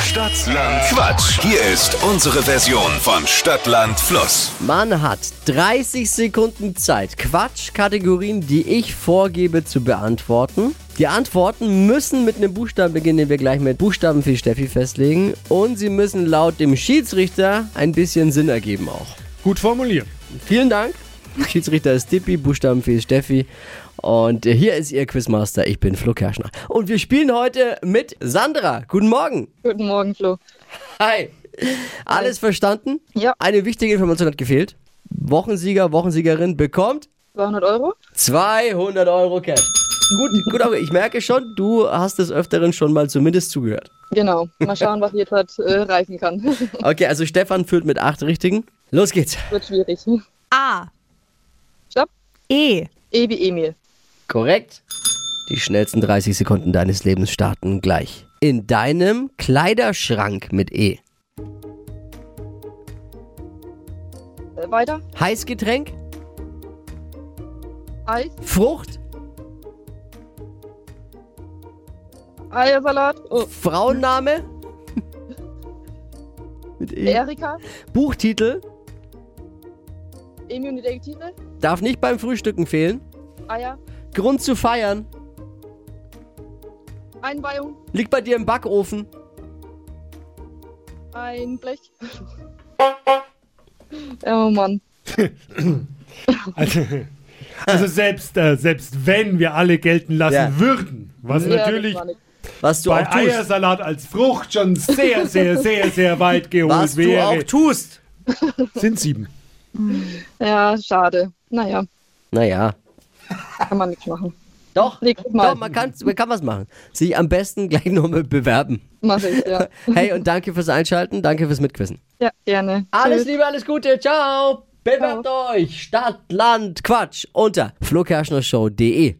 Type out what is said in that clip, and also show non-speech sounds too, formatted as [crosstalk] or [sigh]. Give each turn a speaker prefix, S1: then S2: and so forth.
S1: Stadtland Quatsch. Hier ist unsere Version von Stadtland Fluss.
S2: Man hat 30 Sekunden Zeit, Quatschkategorien, die ich vorgebe, zu beantworten. Die Antworten müssen mit einem Buchstaben beginnen, den wir gleich mit Buchstaben für Steffi festlegen. Und sie müssen laut dem Schiedsrichter ein bisschen Sinn ergeben auch.
S3: Gut formuliert.
S2: Vielen Dank. Schiedsrichter ist Tippi, Buchstaben für Steffi. Und äh, hier ist ihr Quizmaster, ich bin Flo Kerschner. Und wir spielen heute mit Sandra. Guten Morgen.
S4: Guten Morgen, Flo.
S2: Hi. Alles verstanden?
S4: Ja.
S2: Eine wichtige Information hat gefehlt. Wochensieger, Wochensiegerin bekommt
S4: 200 Euro?
S2: 200 Euro Cash. Gut, gut, aber ich merke schon, du hast des Öfteren schon mal zumindest zugehört.
S4: Genau. Mal schauen, was jetzt halt äh, reichen kann. [laughs]
S2: Okay, also Stefan führt mit acht Richtigen. Los geht's.
S4: Wird schwierig.
S5: A.
S4: Stopp.
S5: E.
S4: E wie Emil.
S2: Korrekt. Die schnellsten 30 Sekunden deines Lebens starten gleich. In deinem Kleiderschrank mit E.
S4: Äh, weiter.
S2: Heißgetränk,
S4: Eis,
S2: Frucht,
S4: Eiersalat, oh,
S2: Frauenname. mit E.
S4: Erika,
S2: Buchtitel.
S4: Emil und die Detektive,
S2: Darf nicht beim Frühstücken fehlen.
S4: Eier,
S2: Grund zu feiern.
S4: Einweihung,
S2: Liegt bei dir im Backofen.
S4: ein Blech. [laughs] Oh Mann.
S2: [laughs]
S3: Also, also selbst, äh, selbst wenn wir alle gelten lassen
S2: Ja.
S3: würden, was
S4: Ja, das
S3: natürlich
S4: war nix.
S2: Was du
S3: bei
S2: auch tust.
S3: Eiersalat als Frucht schon sehr, sehr, sehr,
S2: [laughs]
S3: sehr weit geholt
S2: Was du auch
S3: wäre,
S2: tust.
S3: sind sieben.
S4: Ja, schade. Naja,
S2: Naja,
S4: kann man nichts machen.
S2: doch.
S4: Nächstes Mal.
S2: Doch, man kann, man kann was machen. Sich am besten gleich [laughs] nochmal bewerben.
S4: Mach
S2: [laughs]
S4: ich, ja.
S2: Hey, und danke fürs Einschalten, danke fürs Mitquissen.
S4: Ja, gerne.
S2: Alles
S4: Tschüss.
S2: Liebe, alles Gute, ciao. Bewerbt euch Stadt, Land, Quatsch unter flokerschnershow.de.